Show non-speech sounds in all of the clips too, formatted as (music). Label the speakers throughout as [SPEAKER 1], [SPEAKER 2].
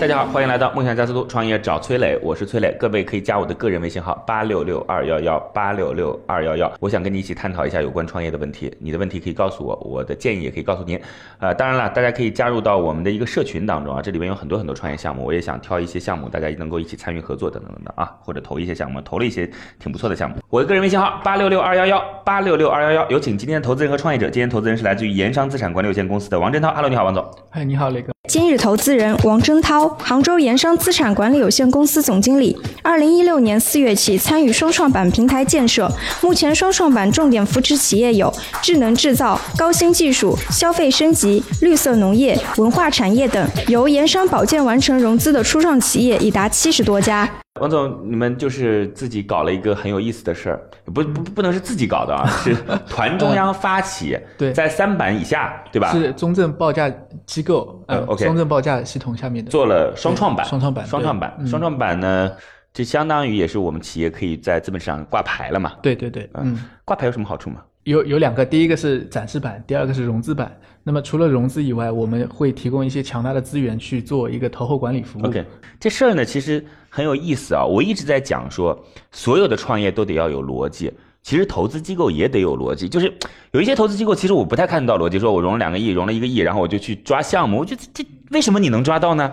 [SPEAKER 1] 大家好，欢迎来到梦想加速度创业找崔磊，我是崔磊，各位可以加我的个人微信号八六六二幺幺八六六二幺幺，我想跟你一起探讨一下有关创业的问题，你的问题可以告诉我，我的建议也可以告诉您。呃，当然了，大家可以加入到我们的一个社群当中啊，这里面有很多很多创业项目，我也想挑一些项目，大家能够一起参与合作等等等等啊，或者投一些项目，投了一些挺不错的项目。我的个人微信号八六六二幺幺八六六二幺幺，有请今天的投资人和创业者。今天投资人是来自于盐商资产管理有限公司的王振涛，Hello，你好，王总。
[SPEAKER 2] 嗨，哎你好，磊哥。
[SPEAKER 3] 今日投资人王征涛，杭州盐商资产管理有限公司总经理。二零一六年四月起参与双创板平台建设，目前双创板重点扶持企业有智能制造、高新技术、消费升级、绿色农业、文化产业等。由盐商保荐完成融资的初创企业已达七十多家。
[SPEAKER 1] 王总，你们就是自己搞了一个很有意思的事儿，不不不能是自己搞的啊，
[SPEAKER 2] (laughs)
[SPEAKER 1] 是团中央发起，
[SPEAKER 2] 对
[SPEAKER 1] 在三板以下，对吧？
[SPEAKER 2] 是中证报价机构，
[SPEAKER 1] 呃
[SPEAKER 2] 呃
[SPEAKER 1] ，OK
[SPEAKER 2] 中证报价系统下面的。
[SPEAKER 1] 做了双创板，
[SPEAKER 2] 对双创板
[SPEAKER 1] 双创板，
[SPEAKER 2] 对嗯
[SPEAKER 1] 双创板呢，这相当于也是我们企业可以在资本市场挂牌了嘛？
[SPEAKER 2] 对对对，
[SPEAKER 1] 嗯
[SPEAKER 2] 嗯，
[SPEAKER 1] 挂牌有什么好处吗？
[SPEAKER 2] 有有两个，第一个是展示版，第二个是融资版。那么除了融资以外，我们会提供一些强大的资源去做一个投后管理服务。
[SPEAKER 1] OK，这事儿呢其实很有意思啊。我一直在讲说，所有的创业都得要有逻辑。其实投资机构也得有逻辑，就是有一些投资机构，其实我不太看得到逻辑，说我融了两个亿，融了一个亿，然后我就去抓项目，我觉得这这为什么你能抓到呢？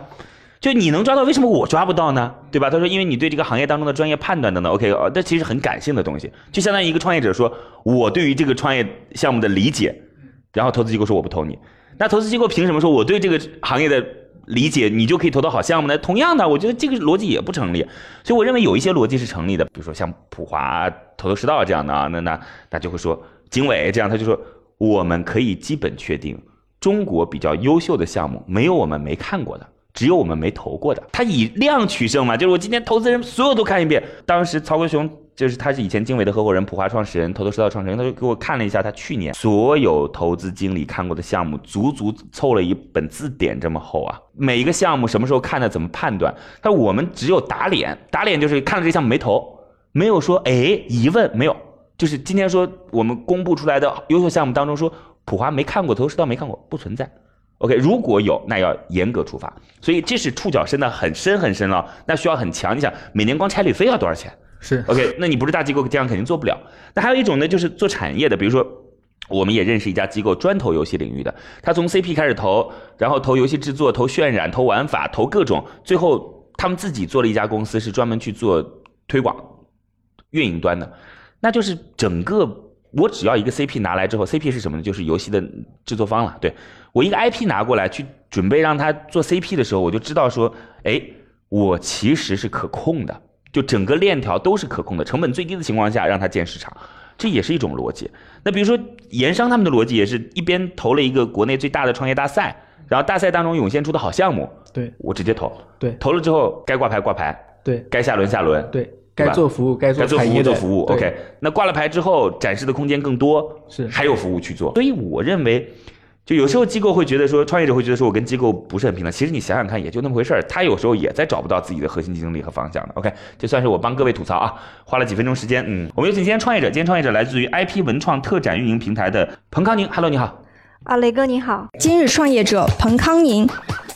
[SPEAKER 1] 就你能抓到，为什么我抓不到呢？对吧？他说，因为你对这个行业当中的专业判断等等，OK，呃，这其实很感性的东西，就相当于一个创业者说，我对于这个创业项目的理解，然后投资机构说我不投你，那投资机构凭什么说我对这个行业的理解，你就可以投到好项目呢？同样的，我觉得这个逻辑也不成立，所以我认为有一些逻辑是成立的，比如说像普华、头头是道这样的啊，那那那就会说经纬这样，他就说我们可以基本确定，中国比较优秀的项目没有我们没看过的。只有我们没投过的，他以量取胜嘛，就是我今天投资人所有都看一遍。当时曹国雄就是他是以前经纬的合伙人、普华创始人、头头是道创始人，他就给我看了一下他去年所有投资经理看过的项目，足足凑了一本字典这么厚啊！每一个项目什么时候看的，怎么判断？但我们只有打脸，打脸就是看了这项目没投，没有说哎疑问没有，就是今天说我们公布出来的优秀项目当中说普华没看过，头头是道没看过，不存在。OK，如果有，那要严格处罚。所以这是触角伸的很深很深了，那需要很强。你想，每年光差旅费要多少钱？
[SPEAKER 2] 是
[SPEAKER 1] OK，那你不是大机构，这样肯定做不了。那还有一种呢，就是做产业的，比如说。我们也认识一家机构，专投游戏领域的。他从 CP 开始投，然后投游戏制作、投渲染、投玩法、投各种，最后他们自己做了一家公司，是专门去做推广、运营端的。那就是整个我只要一个 CP 拿来之后，CP 是什么呢？就是游戏的制作方了。对我一个 IP 拿过来去准备让他做 CP 的时候，我就知道说，哎，我其实是可控的，就整个链条都是可控的，成本最低的情况下让他建市场。这也是一种逻辑。那比如说盐商他们的逻辑也是一边投了一个国内最大的创业大赛，然后大赛当中涌现出的好项目，
[SPEAKER 2] 对
[SPEAKER 1] 我直接投。
[SPEAKER 2] 对
[SPEAKER 1] 投了之后该挂牌挂牌，
[SPEAKER 2] 对
[SPEAKER 1] 该下轮下轮，
[SPEAKER 2] 对，该做服务，该
[SPEAKER 1] 该
[SPEAKER 2] 做
[SPEAKER 1] 做服
[SPEAKER 2] 产
[SPEAKER 1] 务
[SPEAKER 2] 业
[SPEAKER 1] 做
[SPEAKER 2] 的
[SPEAKER 1] 服务。
[SPEAKER 2] 对
[SPEAKER 1] OK，那挂了牌之后展示的空间更多，
[SPEAKER 2] 是
[SPEAKER 1] 还有服务去做。所以我认为，就有时候机构会觉得说，创业者会觉得说我跟机构不是很平等。其实你想想看，也就那么回事儿。他有时候也在找不到自己的核心竞争力和方向的。OK，这算是我帮各位吐槽啊，花了几分钟时间。嗯，我们有请今天创业者，今天创业者来自于 IP 文创特展运营平台的彭康宁。Hello，你好。
[SPEAKER 4] 啊，雷哥你好，
[SPEAKER 3] 今日创业者彭康宁，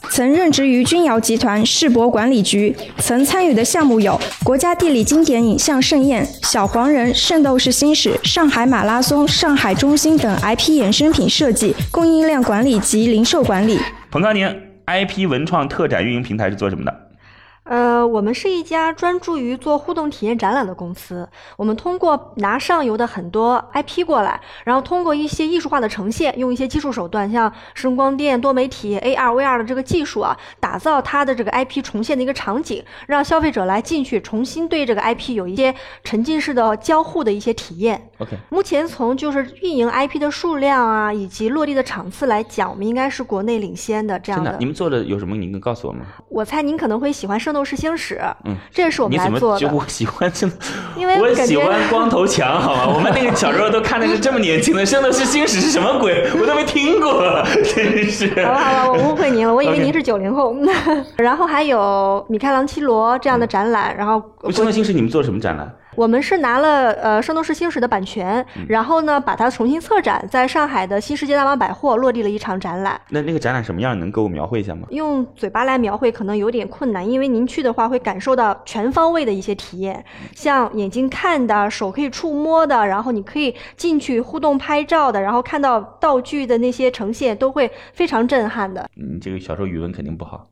[SPEAKER 3] 曾任职于君瑶集团世博管理局，曾参与的项目有国家地理经典影像盛宴、小黄人、圣斗士星矢、上海马拉松、上海中心等 IP 衍生品设计、供应链管理及零售管理。
[SPEAKER 1] 彭康宁，IP 文创特展运营平台是做什么的？
[SPEAKER 4] 呃，我们是一家专注于做互动体验展览的公司。我们通过拿上游的很多 IP 过来，然后通过一些艺术化的呈现，用一些技术手段，像声光电、多媒体、AR、VR 的这个技术啊，打造它的这个 IP 重现的一个场景，让消费者来进去重新对这个 IP 有一些沉浸式的交互的一些体验。
[SPEAKER 1] OK
[SPEAKER 4] 目前从就是运营 IP 的数量啊，以及落地的场次来讲，我们应该是国内领先的这样
[SPEAKER 1] 真的，你们做的有什么？你能告诉我吗？
[SPEAKER 4] 我猜您可能会喜欢《圣斗斗士星矢》，
[SPEAKER 1] 嗯，
[SPEAKER 4] 这也是我们
[SPEAKER 1] 你怎
[SPEAKER 4] 来
[SPEAKER 1] 么
[SPEAKER 4] 做
[SPEAKER 1] 就
[SPEAKER 4] 的。
[SPEAKER 1] 我喜欢真的？
[SPEAKER 4] 因为
[SPEAKER 1] 我
[SPEAKER 4] 感
[SPEAKER 1] 喜
[SPEAKER 4] 觉
[SPEAKER 1] 欢光头强，好吗？我们那个小时候都看的是这么年轻的，真的是星矢是什么鬼？我都没听过，真
[SPEAKER 4] (laughs)
[SPEAKER 1] 是。
[SPEAKER 4] 好了好了，我误会您了，我以为
[SPEAKER 1] (laughs) OK
[SPEAKER 4] 您是九零后。 (laughs) 然后还有米开朗基罗这样的展览，然后
[SPEAKER 1] 嗯我圣斗星矢你们做什么展览？
[SPEAKER 4] 我们是拿了呃《圣斗士星矢》的版权，
[SPEAKER 1] 嗯
[SPEAKER 4] 然后呢把它重新策展，在上海的新世界大妈百货落地了一场展览。
[SPEAKER 1] 那那个展览什么样？能给我描绘一下吗？
[SPEAKER 4] 用嘴巴来描绘可能有点困难，因为您去的话会感受到全方位的一些体验，像眼睛看的、手可以触摸的，然后你可以进去互动拍照的，然后看到道具的那些呈现都会非常震撼的，
[SPEAKER 1] 你这个小时候语文肯定不好，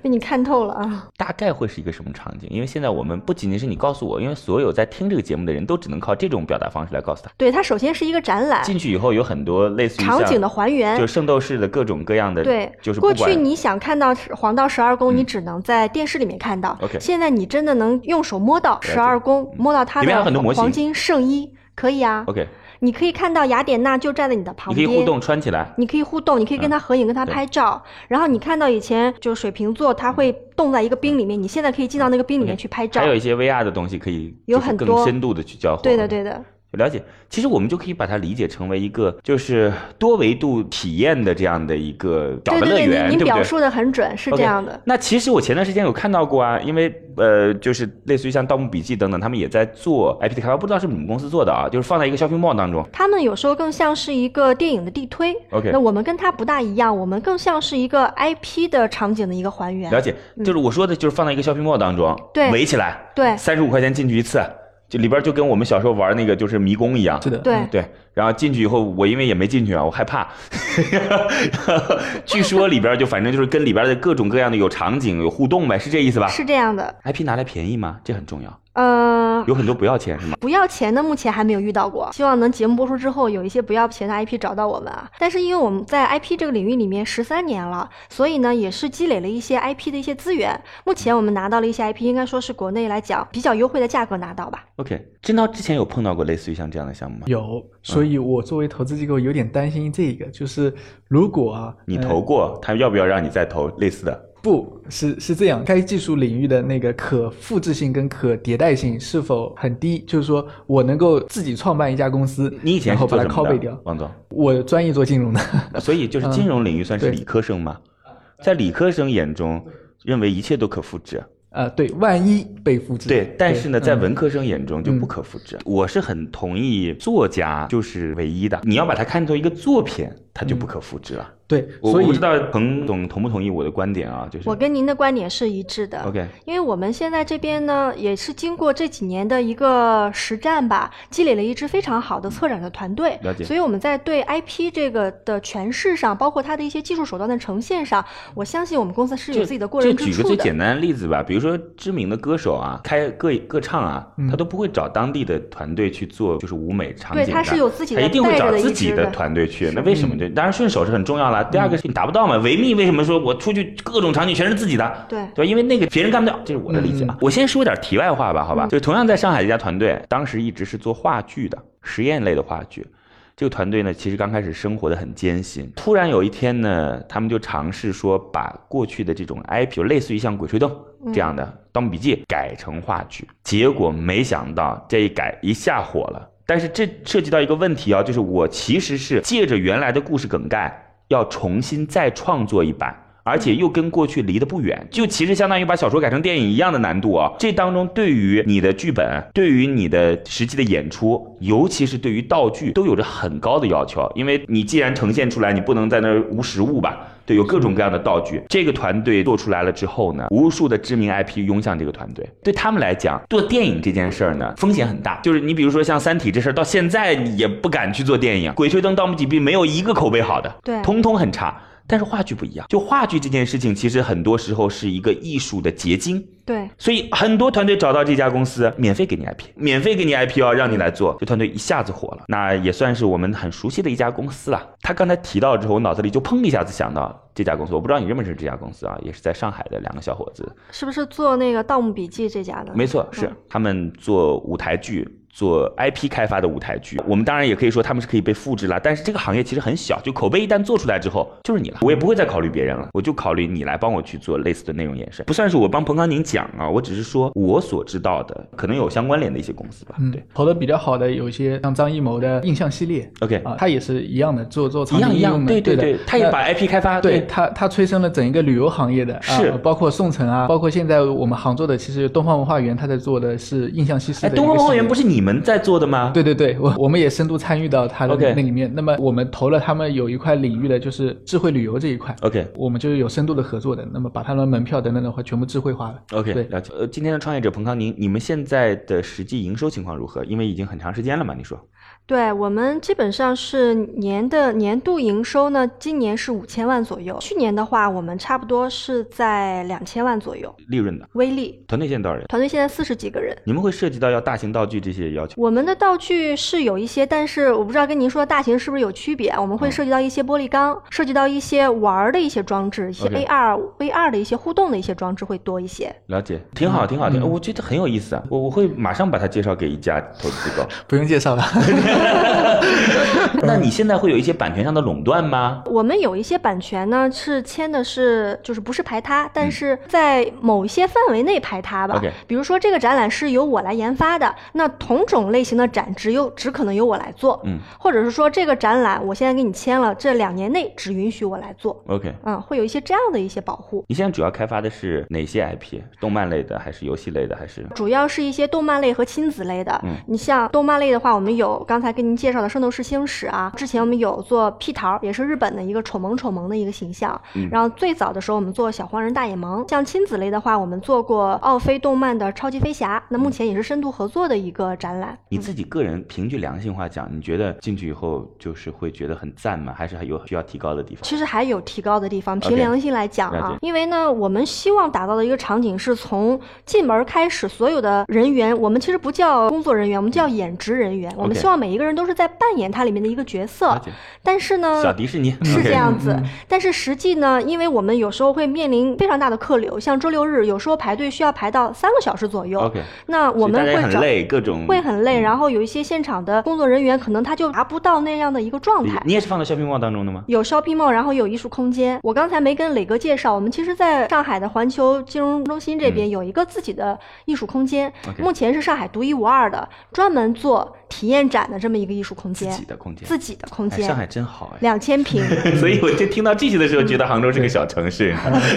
[SPEAKER 4] 被你看透了啊！
[SPEAKER 1] 大概会是一个什么场景？因为现在我们不仅仅是你告诉我，因为所有在听这个节目的人都只能靠这种表达方式来告诉他。
[SPEAKER 4] 对，它首先是一个展览
[SPEAKER 1] 进去以后有很多类似于
[SPEAKER 4] 哎场
[SPEAKER 1] 像
[SPEAKER 4] 景的还原，
[SPEAKER 1] 就圣斗士的各种各样的，
[SPEAKER 4] 对，
[SPEAKER 1] 就是不
[SPEAKER 4] 过
[SPEAKER 1] 管嗯
[SPEAKER 4] 去你想看到黄道十二宫，你只能在电视里面看到。
[SPEAKER 1] OK
[SPEAKER 4] 现在你真的能用手摸到
[SPEAKER 1] 解嗯
[SPEAKER 4] 十二宫，摸到它
[SPEAKER 1] 里面还有很多模
[SPEAKER 4] 的
[SPEAKER 1] 型
[SPEAKER 4] 黄金圣衣，可以啊。
[SPEAKER 1] OK，
[SPEAKER 4] 你可以看到雅典娜就站在你的旁
[SPEAKER 1] 你可以
[SPEAKER 4] 边，
[SPEAKER 1] 互动穿起来，
[SPEAKER 4] 你可以互动，你可以跟他合影，跟他
[SPEAKER 1] 对
[SPEAKER 4] 拍照。然后你看到以前就是水瓶座，他会冻在一个冰里面，你现在可以进到那个冰里面去拍照
[SPEAKER 1] 还。有一些 VR 的东西可以
[SPEAKER 4] 有
[SPEAKER 1] 就是
[SPEAKER 4] 很
[SPEAKER 1] 更
[SPEAKER 4] 多
[SPEAKER 1] 深度的去交互。
[SPEAKER 4] 对的，对的，
[SPEAKER 1] 了解，其实我们就可以把它理解成为一个就是多维度体验的这样的一个小
[SPEAKER 4] 对
[SPEAKER 1] 的乐
[SPEAKER 4] 对对，
[SPEAKER 1] 园，
[SPEAKER 4] 您您
[SPEAKER 1] 不
[SPEAKER 4] 表
[SPEAKER 1] 对？
[SPEAKER 4] 述的很准，是这
[SPEAKER 1] OK，
[SPEAKER 4] 样的。
[SPEAKER 1] 那其实我前段时间有看到过啊，因为呃，就是类似于像《盗墓笔记》等等，他们也在做 IP 的开发，不知道是你们公司做的啊，就是放在一个 shopping mall 当中。
[SPEAKER 4] 他们有时候更像是一个电影的地推
[SPEAKER 1] OK
[SPEAKER 4] 那我们跟它不大一样，我们更像是一个 IP 的场景的一个还原
[SPEAKER 1] 了。解，就是我说的，就是放在一个 shopping mall 当中，
[SPEAKER 4] 嗯对
[SPEAKER 1] 围起来，
[SPEAKER 4] 对
[SPEAKER 1] 三十五块钱进去一次，就里边就跟我们小时候玩那个就是迷宫一样，
[SPEAKER 2] 是的，
[SPEAKER 4] 对，
[SPEAKER 1] 对，然后进去以后，我因为也没进去啊，我害怕。 (laughs) 据说里边儿就反正就是跟里边儿的各种各样的有场景有互动呗，是这意思吧
[SPEAKER 4] 是这样的。
[SPEAKER 1] ？IP 拿来便宜吗？这很重要，
[SPEAKER 4] 呃，
[SPEAKER 1] 有很多不要钱是吗？
[SPEAKER 4] 不要钱的目前还没有遇到过，希望能节目播出之后有一些不要钱的 IP 找到我们啊。但是因为我们在 IP 这个领域里面十三年了，所以呢也是积累了一些 IP 的一些资源。目前我们拿到了一些 IP，应该说是国内来讲比较优惠的价格拿到吧。
[SPEAKER 1] OK，真涛之前有碰到过类似于像这样的项目吗？
[SPEAKER 2] 有，所以我作为投资机构有点担心这一个，就是如果啊，
[SPEAKER 1] 你
[SPEAKER 2] 呃
[SPEAKER 1] 投过，他要不要让你再投类似的？
[SPEAKER 2] 不是是这样，该技术领域的那个可复制性跟可迭代性是否很低？就是说我能够自己创办一家公司，
[SPEAKER 1] 你以前
[SPEAKER 2] 然
[SPEAKER 1] 是
[SPEAKER 2] 后把
[SPEAKER 1] 做
[SPEAKER 2] 它
[SPEAKER 1] 什么
[SPEAKER 2] copy
[SPEAKER 1] 的
[SPEAKER 2] 掉？。
[SPEAKER 1] 王总，
[SPEAKER 2] 我专业做金融的， (laughs)
[SPEAKER 1] 所以就是金融领域算是
[SPEAKER 2] 对
[SPEAKER 1] 理科生吗？在理科生眼中，认为一切都可复制。
[SPEAKER 2] 呃，对，万一被复制，
[SPEAKER 1] 对，但是呢，在
[SPEAKER 2] 嗯
[SPEAKER 1] 文科生眼中就不
[SPEAKER 2] 嗯
[SPEAKER 1] 可复制。啊我是很同意作家就是唯一
[SPEAKER 4] 嗯
[SPEAKER 1] 的，你要把它看作一个作品，它就不可复制了。
[SPEAKER 2] 对，
[SPEAKER 1] 我
[SPEAKER 2] 所
[SPEAKER 1] 我
[SPEAKER 2] 以
[SPEAKER 1] 不知道彭总同不同意我的观点啊，就是
[SPEAKER 4] 我跟您的观点是一致的。
[SPEAKER 1] OK
[SPEAKER 4] 因为我们现在这边呢，也是经过这几年的一个实战吧，积累了一支非常好的策展的团队。
[SPEAKER 1] 了解
[SPEAKER 4] 所以我们在对 IP 这个的诠释上，包括它的一些技术手段的呈现上，我相信我们公司是有自己的过
[SPEAKER 1] 这
[SPEAKER 4] 人之
[SPEAKER 1] 举个
[SPEAKER 4] 处
[SPEAKER 1] 最
[SPEAKER 4] 的。
[SPEAKER 1] 简单的例子吧，比如说知名的歌手啊，开歌歌唱啊，
[SPEAKER 4] 嗯
[SPEAKER 1] 他都不会找当地的团队去做，就是舞美场景
[SPEAKER 4] 对
[SPEAKER 1] 的。
[SPEAKER 4] 他是有自己
[SPEAKER 1] 他
[SPEAKER 4] 的
[SPEAKER 1] 一定会
[SPEAKER 4] 带着
[SPEAKER 1] 找
[SPEAKER 4] 的一
[SPEAKER 1] 自己
[SPEAKER 4] 支
[SPEAKER 1] 的
[SPEAKER 4] 的嗯
[SPEAKER 1] 团队去。那为什么这？当然顺手是很重要了。第二个是你达不到嘛，维密为什么说我出去各种场景全是自己的？
[SPEAKER 4] 对
[SPEAKER 1] 对吧，因为那个别人干不掉，这是我的理解啊。我先说点题外话吧，好吧？就同样在上海一家团队，当时一直是做话剧的实验类的话剧。这个团队呢，其实刚开始生活的很艰辛。突然有一天呢，他们就尝试说把过去的这种 IP，就类似于像《鬼吹灯》这样的《盗墓笔记》改成话剧，结果没想到这一改一下火了。但是这涉及到一个问题啊，就是我其实是借着原来的故事梗概，要重新再创作一版。而且又跟过去离得不远，就其实相当于把小说改成电影一样的难度啊。这当中对于你的剧本、对于你的实际的演出，尤其是对于道具，都有着很高的要求。因为你既然呈现出来，你不能在那儿无实物吧？对，有各种各样的道具。这个团队做出来了之后呢，无数的知名 IP 涌向这个团队。对他们来讲，做电影这件事儿呢，风险很大。就是你比如说像《三体》这事儿，到现在也不敢去做电影，《鬼吹灯》《盗墓笔记》没有一个口碑好的，
[SPEAKER 4] 对
[SPEAKER 1] 通通很差。但是话剧不一样，就话剧这件事情，其实很多时候是一个艺术的结晶。
[SPEAKER 4] 对，
[SPEAKER 1] 所以很多团队找到这家公司，免费给你 IP，免费给你 IP 哦，让你来做，这团队一下子火了。那也算是我们很熟悉的一家公司了。他刚才提到之后，我脑子里就砰一下子想到这家公司，我不知道你认不认识这家公司啊，也是在上海的两个小伙子，
[SPEAKER 4] 是不是做那个《盗墓笔记》这家的？
[SPEAKER 1] 没错，是
[SPEAKER 4] 嗯
[SPEAKER 1] 他们做舞台剧。做 IP 开发的舞台剧。我们当然也可以说他们是可以被复制啦，但是这个行业其实很小，就口碑一旦做出来之后，就是你了。我也不会再考虑别人了，我就考虑你来帮我去做类似的内容延伸。不算是我帮彭康宁讲啊，我只是说我所知道的，可能有相关联的一些公司吧。
[SPEAKER 2] 嗯
[SPEAKER 1] 对，
[SPEAKER 2] 投的比较好的有一些像张艺谋的印象系列
[SPEAKER 1] ，OK，
[SPEAKER 2] 啊，他也是一样的，做做
[SPEAKER 1] 一
[SPEAKER 2] 场景
[SPEAKER 1] 样一
[SPEAKER 2] 应
[SPEAKER 1] 样，
[SPEAKER 2] 用的，
[SPEAKER 1] 对
[SPEAKER 2] 对的
[SPEAKER 1] 对，他也
[SPEAKER 2] 那
[SPEAKER 1] 把 IP 开发
[SPEAKER 2] 对他，他催生了整一个旅游行业的，
[SPEAKER 1] 是
[SPEAKER 2] 啊、包括宋城啊，包括现在我们杭州的，其实东方文化园，他在做的是印象西施
[SPEAKER 1] 哎，
[SPEAKER 2] 的一个
[SPEAKER 1] 东方文化园不
[SPEAKER 2] 系列。
[SPEAKER 1] 是你们在做的吗？
[SPEAKER 2] 对对对，我我们也深度参与到它的
[SPEAKER 1] OK
[SPEAKER 2] 那里面。那么我们投了他们有一块领域的，就是智慧旅游这一块，
[SPEAKER 1] ，OK。
[SPEAKER 2] 我们就是有深度的合作的。那么把他们门票等等的话，全部智慧化了。
[SPEAKER 1] OK，
[SPEAKER 2] 对
[SPEAKER 1] 了解。呃，今天的创业者彭康宁，你们现在的实际营收情况如何？因为已经很长时间了嘛，你说
[SPEAKER 4] 对我们基本上是年的年度营收呢，今年是五千万左右，去年的话我们差不多是在两千万左右。
[SPEAKER 1] 利润呢？
[SPEAKER 4] 微利
[SPEAKER 1] 团队现在多少人？
[SPEAKER 4] 团队现在四十几个人，
[SPEAKER 1] 你们会涉及到要大型道具这些要求？
[SPEAKER 4] 我们的道具是有一些，但是我不知道跟您说的大型是不是有区别。啊我们会
[SPEAKER 1] 嗯
[SPEAKER 4] 涉及到一些玻璃缸，涉及到一些玩儿的一些装置，一些
[SPEAKER 1] OK
[SPEAKER 4] AR、VR 的一些互动的一些装置会多一些。
[SPEAKER 1] 了解，挺好，挺好，
[SPEAKER 4] 嗯
[SPEAKER 1] 挺好，我觉得很有意思啊。我我会马上把它介绍给一家投资机构。
[SPEAKER 2] 不用介绍了，
[SPEAKER 4] 嗯
[SPEAKER 1] 那你现在会有一些版权上的垄断吗？
[SPEAKER 4] 我们有一些版权呢是签的是就是不是排他，但是在某一些范围内排他
[SPEAKER 1] 嗯
[SPEAKER 4] 吧。
[SPEAKER 1] OK
[SPEAKER 4] 比如说这个展览是由我来研发的，那同种类型的展只有只可能由我来做，
[SPEAKER 1] 嗯
[SPEAKER 4] 或者是说这个展览我现在给你签了，这两年内只允许我来做，
[SPEAKER 1] ，OK。
[SPEAKER 4] 嗯，会有一些这样的一些保护。
[SPEAKER 1] 你现在主要开发的是哪些 IP？动漫类的，还是游戏类的，还是
[SPEAKER 4] 主要是一些动漫类和亲子类的。
[SPEAKER 1] 嗯
[SPEAKER 4] 你像动漫类的话，我们有刚才跟您介绍的《圣斗士星矢》啊，之前我们有做屁桃儿，也是日本的一个丑萌丑萌的一个形象。
[SPEAKER 1] 嗯
[SPEAKER 4] 然后最早的时候，我们做小黄人大眼萌。像亲子类的话，我们做过奥飞动漫的《超级飞侠》，那目前也是深度合作的一个展览。
[SPEAKER 1] 你自己个人凭据良心话讲，你觉得进去以后就是会觉得很赞吗？还是还有需要提高的地方？
[SPEAKER 4] 其实还有提高的地方，凭
[SPEAKER 1] OK，
[SPEAKER 4] 良心来讲
[SPEAKER 1] 了
[SPEAKER 4] 啊
[SPEAKER 1] 解
[SPEAKER 4] 因为呢，我们希望打造的一个场景是从进门开始，所有的人员，我们其实不叫工作人员，我们叫演职人员，我们
[SPEAKER 1] OK
[SPEAKER 4] 希望每一个人都是在扮演它里面的一个角色
[SPEAKER 1] 了，解
[SPEAKER 4] 但是呢，
[SPEAKER 1] 小迪士尼
[SPEAKER 4] 嗯是
[SPEAKER 1] OK (laughs) 嗯
[SPEAKER 4] 这样子，但是实际呢，因为我们有时候会面临非常大的客流，像周六日有时候排队需要排到三个小时左右。
[SPEAKER 1] OK，
[SPEAKER 4] 那我们
[SPEAKER 1] 所以大家也
[SPEAKER 4] 会
[SPEAKER 1] 很
[SPEAKER 4] 找
[SPEAKER 1] 累，各种
[SPEAKER 4] 会很累，
[SPEAKER 1] 嗯
[SPEAKER 4] 然后有一些现场的工作人员可能他就达不到那样的一个状态。
[SPEAKER 1] 你也是放到 shopping mall 当中的吗？
[SPEAKER 4] 有 shopping mall，然后有艺术空间。我刚才没跟磊哥介绍，我们其实在上海的环球金融中心这边有一个自己的艺术空间，
[SPEAKER 1] 嗯 OK
[SPEAKER 4] 目前是上海独一无二的，专门做体验展的这么一个艺术空
[SPEAKER 1] 自
[SPEAKER 4] 间，
[SPEAKER 1] 己的空间，
[SPEAKER 4] 自己的空
[SPEAKER 1] 哎
[SPEAKER 4] 间，
[SPEAKER 1] 上海真好哎。
[SPEAKER 4] 两千平。
[SPEAKER 1] (laughs) 所以我就听到这些的时候，觉得杭州是个小城市， (laughs)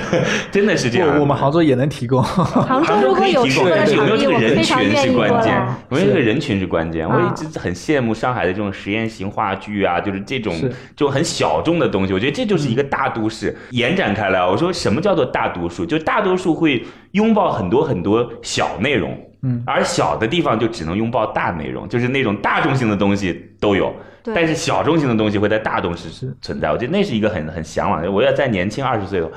[SPEAKER 1] 真的是这样。
[SPEAKER 2] 嗯我我们杭州也能提供。
[SPEAKER 4] 杭州
[SPEAKER 1] 杭
[SPEAKER 4] 如
[SPEAKER 1] 州
[SPEAKER 4] 果
[SPEAKER 1] 可以
[SPEAKER 4] 有
[SPEAKER 1] 提
[SPEAKER 4] 适
[SPEAKER 1] 供，
[SPEAKER 4] 合的
[SPEAKER 1] 但是有没有这
[SPEAKER 4] 场地，
[SPEAKER 1] 个
[SPEAKER 4] 我
[SPEAKER 1] 人
[SPEAKER 4] 非常
[SPEAKER 1] 群
[SPEAKER 4] 愿
[SPEAKER 1] 是
[SPEAKER 4] 意过
[SPEAKER 1] 关键
[SPEAKER 4] 来。，
[SPEAKER 1] 我觉得这个
[SPEAKER 2] 是
[SPEAKER 1] 人群是关键。我
[SPEAKER 4] 啊
[SPEAKER 1] 一直很羡慕上海的这种实验型话剧啊，就是这种
[SPEAKER 2] 是
[SPEAKER 1] 这种很小众的东西。我觉得这就是一
[SPEAKER 4] 嗯
[SPEAKER 1] 个大都市延展开来啊。我说什么叫做大多数？就大多数会拥抱很多很多小内容，
[SPEAKER 2] 嗯
[SPEAKER 1] 而小的地方就只能拥抱大内容，就是那种大众性的东西都有。
[SPEAKER 4] 对
[SPEAKER 1] 但是小众性的东西会在大众市
[SPEAKER 2] 是
[SPEAKER 1] 存在，我觉得那是一个很很向往的。我要在年轻二十岁的话，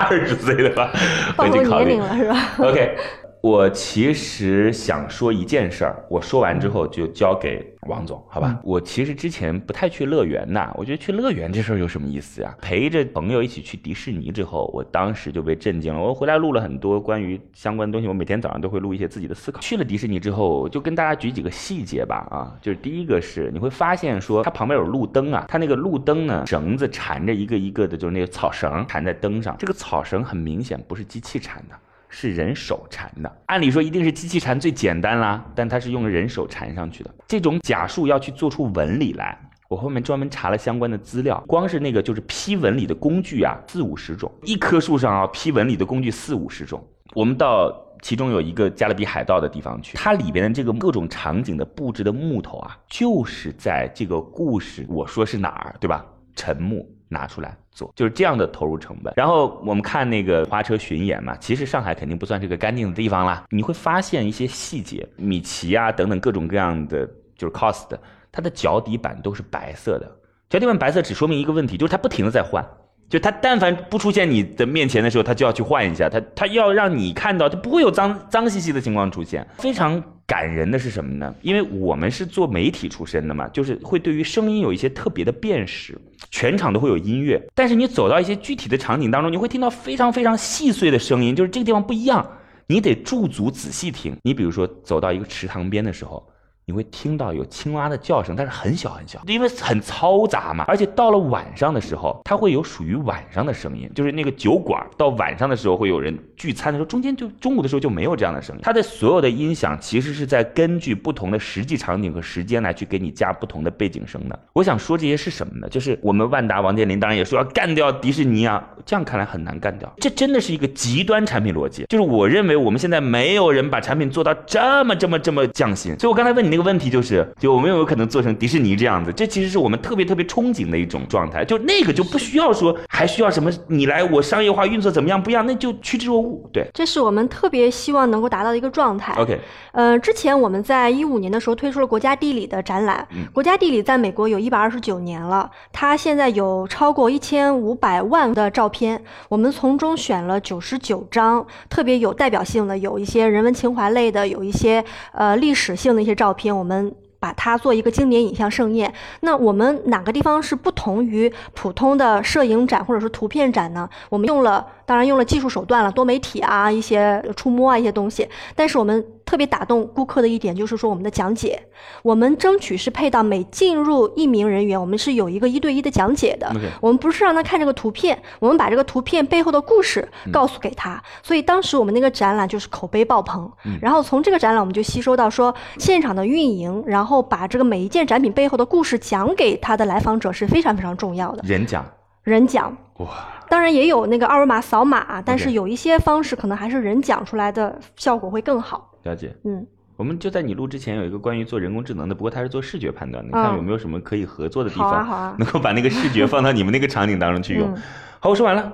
[SPEAKER 1] (laughs) 二十岁的话，
[SPEAKER 4] 暴
[SPEAKER 1] 回
[SPEAKER 4] 露
[SPEAKER 1] 去考
[SPEAKER 4] 年
[SPEAKER 1] 虑
[SPEAKER 4] 龄。了是吧？
[SPEAKER 1] (laughs) OK，我其实想说一件事儿，我说完之后就交给王总，好吧？
[SPEAKER 2] 嗯
[SPEAKER 1] 我其实之前不太去乐园呐，我觉得去乐园这事儿有什么意思呀、陪着朋友一起去迪士尼之后，我当时就被震惊了。我回来录了很多关于相关的东西，我每天早上都会录一些自己的思考。去了迪士尼之后，我就跟大家举几个细节吧，啊，就是第一个是你会发现说它旁边有路灯啊，它那个路灯呢绳子缠着一个一个的，就是那个草绳缠在灯上，这个草绳很明显不是机器缠的。是人手缠的。按理说一定是机器缠最简单啦，但它是用人手缠上去的。这种假树要去做出纹理来，我后面专门查了相关的资料，光是那个就是批纹理的工具啊，四五十种，一棵树上啊批纹理的工具四五十种。我们到其中有一个加勒比海盗的地方去，它里边的这个各种场景的布置的木头啊，就是在这个故事我说是哪儿，对吧？沉木拿出来做，就是这样的投入成本。然后我们看那个花车巡演嘛，其实上海肯定不算是个干净的地方啦，你会发现一些细节，米奇啊等等各种各样的就是 cos 的，它的脚底板都是白色的，脚底板白色只说明一个问题，就是它不停的在换。就它但凡不出现你的面前的时候，它就要去换一下，它它要让你看到，它不会有脏脏兮兮的情况出现。非常感人的是什么呢？因为我们是做媒体出身的嘛，就是会对于声音有一些特别的辨识，全场都会有音乐，但是你走到一些具体的场景当中，你会听到非常非常细碎的声音，就是这个地方不一样，你得驻足仔细听。你比如说走到一个池塘边的时候，你会听到有青蛙的叫声，但是很小很小，因为很嘈杂嘛。而且到了晚上的时候，它会有属于晚上的声音，就是那个酒馆儿到晚上的时候会有人聚餐的时候，中间就中午的时候就没有这样的声音。它的所有的音响其实是在根据不同的实际场景和时间来去给你加不同的背景声的。我想说这些是什么呢？就是我们万达王健林当然也说要干掉迪士尼啊，这样看来很难干掉，这真的是一个极端产品逻辑。就是我认为我们现在没有人把产品做到这么这么这么匠心，所以我刚才问你那个问题就是，就我们有没有可能做成迪士尼这样子？这其实是我们特别特别憧憬的一种状态，就那个就不需要说还需要什么你来我商业化运作怎么样不一样，那就趋之若鹜。对
[SPEAKER 4] 这是我们特别希望能够达到的一个状态。
[SPEAKER 1] ，OK，
[SPEAKER 4] 呃，之前我们在一五年的时候推出了国家地理的展览。
[SPEAKER 1] 嗯
[SPEAKER 4] 国家地理在美国有一百二十九年了，它现在有超过一千五百万的照片，我们从中选了九十九张特别有代表性的，有一些人文情怀类的，有一些呃历史性的一些照片，我们。把它做一个经典影像盛宴。那我们哪个地方是不同于普通的摄影展或者是图片展呢？我们用了，当然用了技术手段了，多媒体啊，一些触摸啊，一些东西。但是我们特别打动顾客的一点就是说，我们的讲解，我们争取是配到每进入一名人员，我们是有一个一对一的讲解的。
[SPEAKER 1] OK
[SPEAKER 4] 我们不是让他看这个图片，我们把这个图片背后的故事
[SPEAKER 1] 嗯
[SPEAKER 4] 告诉给他。所以当时我们那个展览就是口碑爆棚，
[SPEAKER 1] 嗯
[SPEAKER 4] 然后从这个展览我们就吸收到说现场的运营，然后把这个每一件展品背后的故事讲给他的来访者是非常非常重要的。
[SPEAKER 1] 人讲
[SPEAKER 4] 人讲，
[SPEAKER 1] 哇，
[SPEAKER 4] 当然也有那个二维码扫码，但是
[SPEAKER 1] OK
[SPEAKER 4] 有一些方式可能还是人讲出来的效果会更好。
[SPEAKER 1] 了解。
[SPEAKER 4] 嗯，
[SPEAKER 1] 我们就在你录之前有一个关于做人工智能的，不过它是做视觉判断的，你看
[SPEAKER 4] 嗯
[SPEAKER 1] 有没有什么可以合作的地
[SPEAKER 4] 好
[SPEAKER 1] 方？
[SPEAKER 4] 啊好
[SPEAKER 1] (laughs)
[SPEAKER 4] 啊。
[SPEAKER 1] 能够把那个视觉放到你们那个场景当中去用
[SPEAKER 4] 嗯。
[SPEAKER 1] 好，我说完了。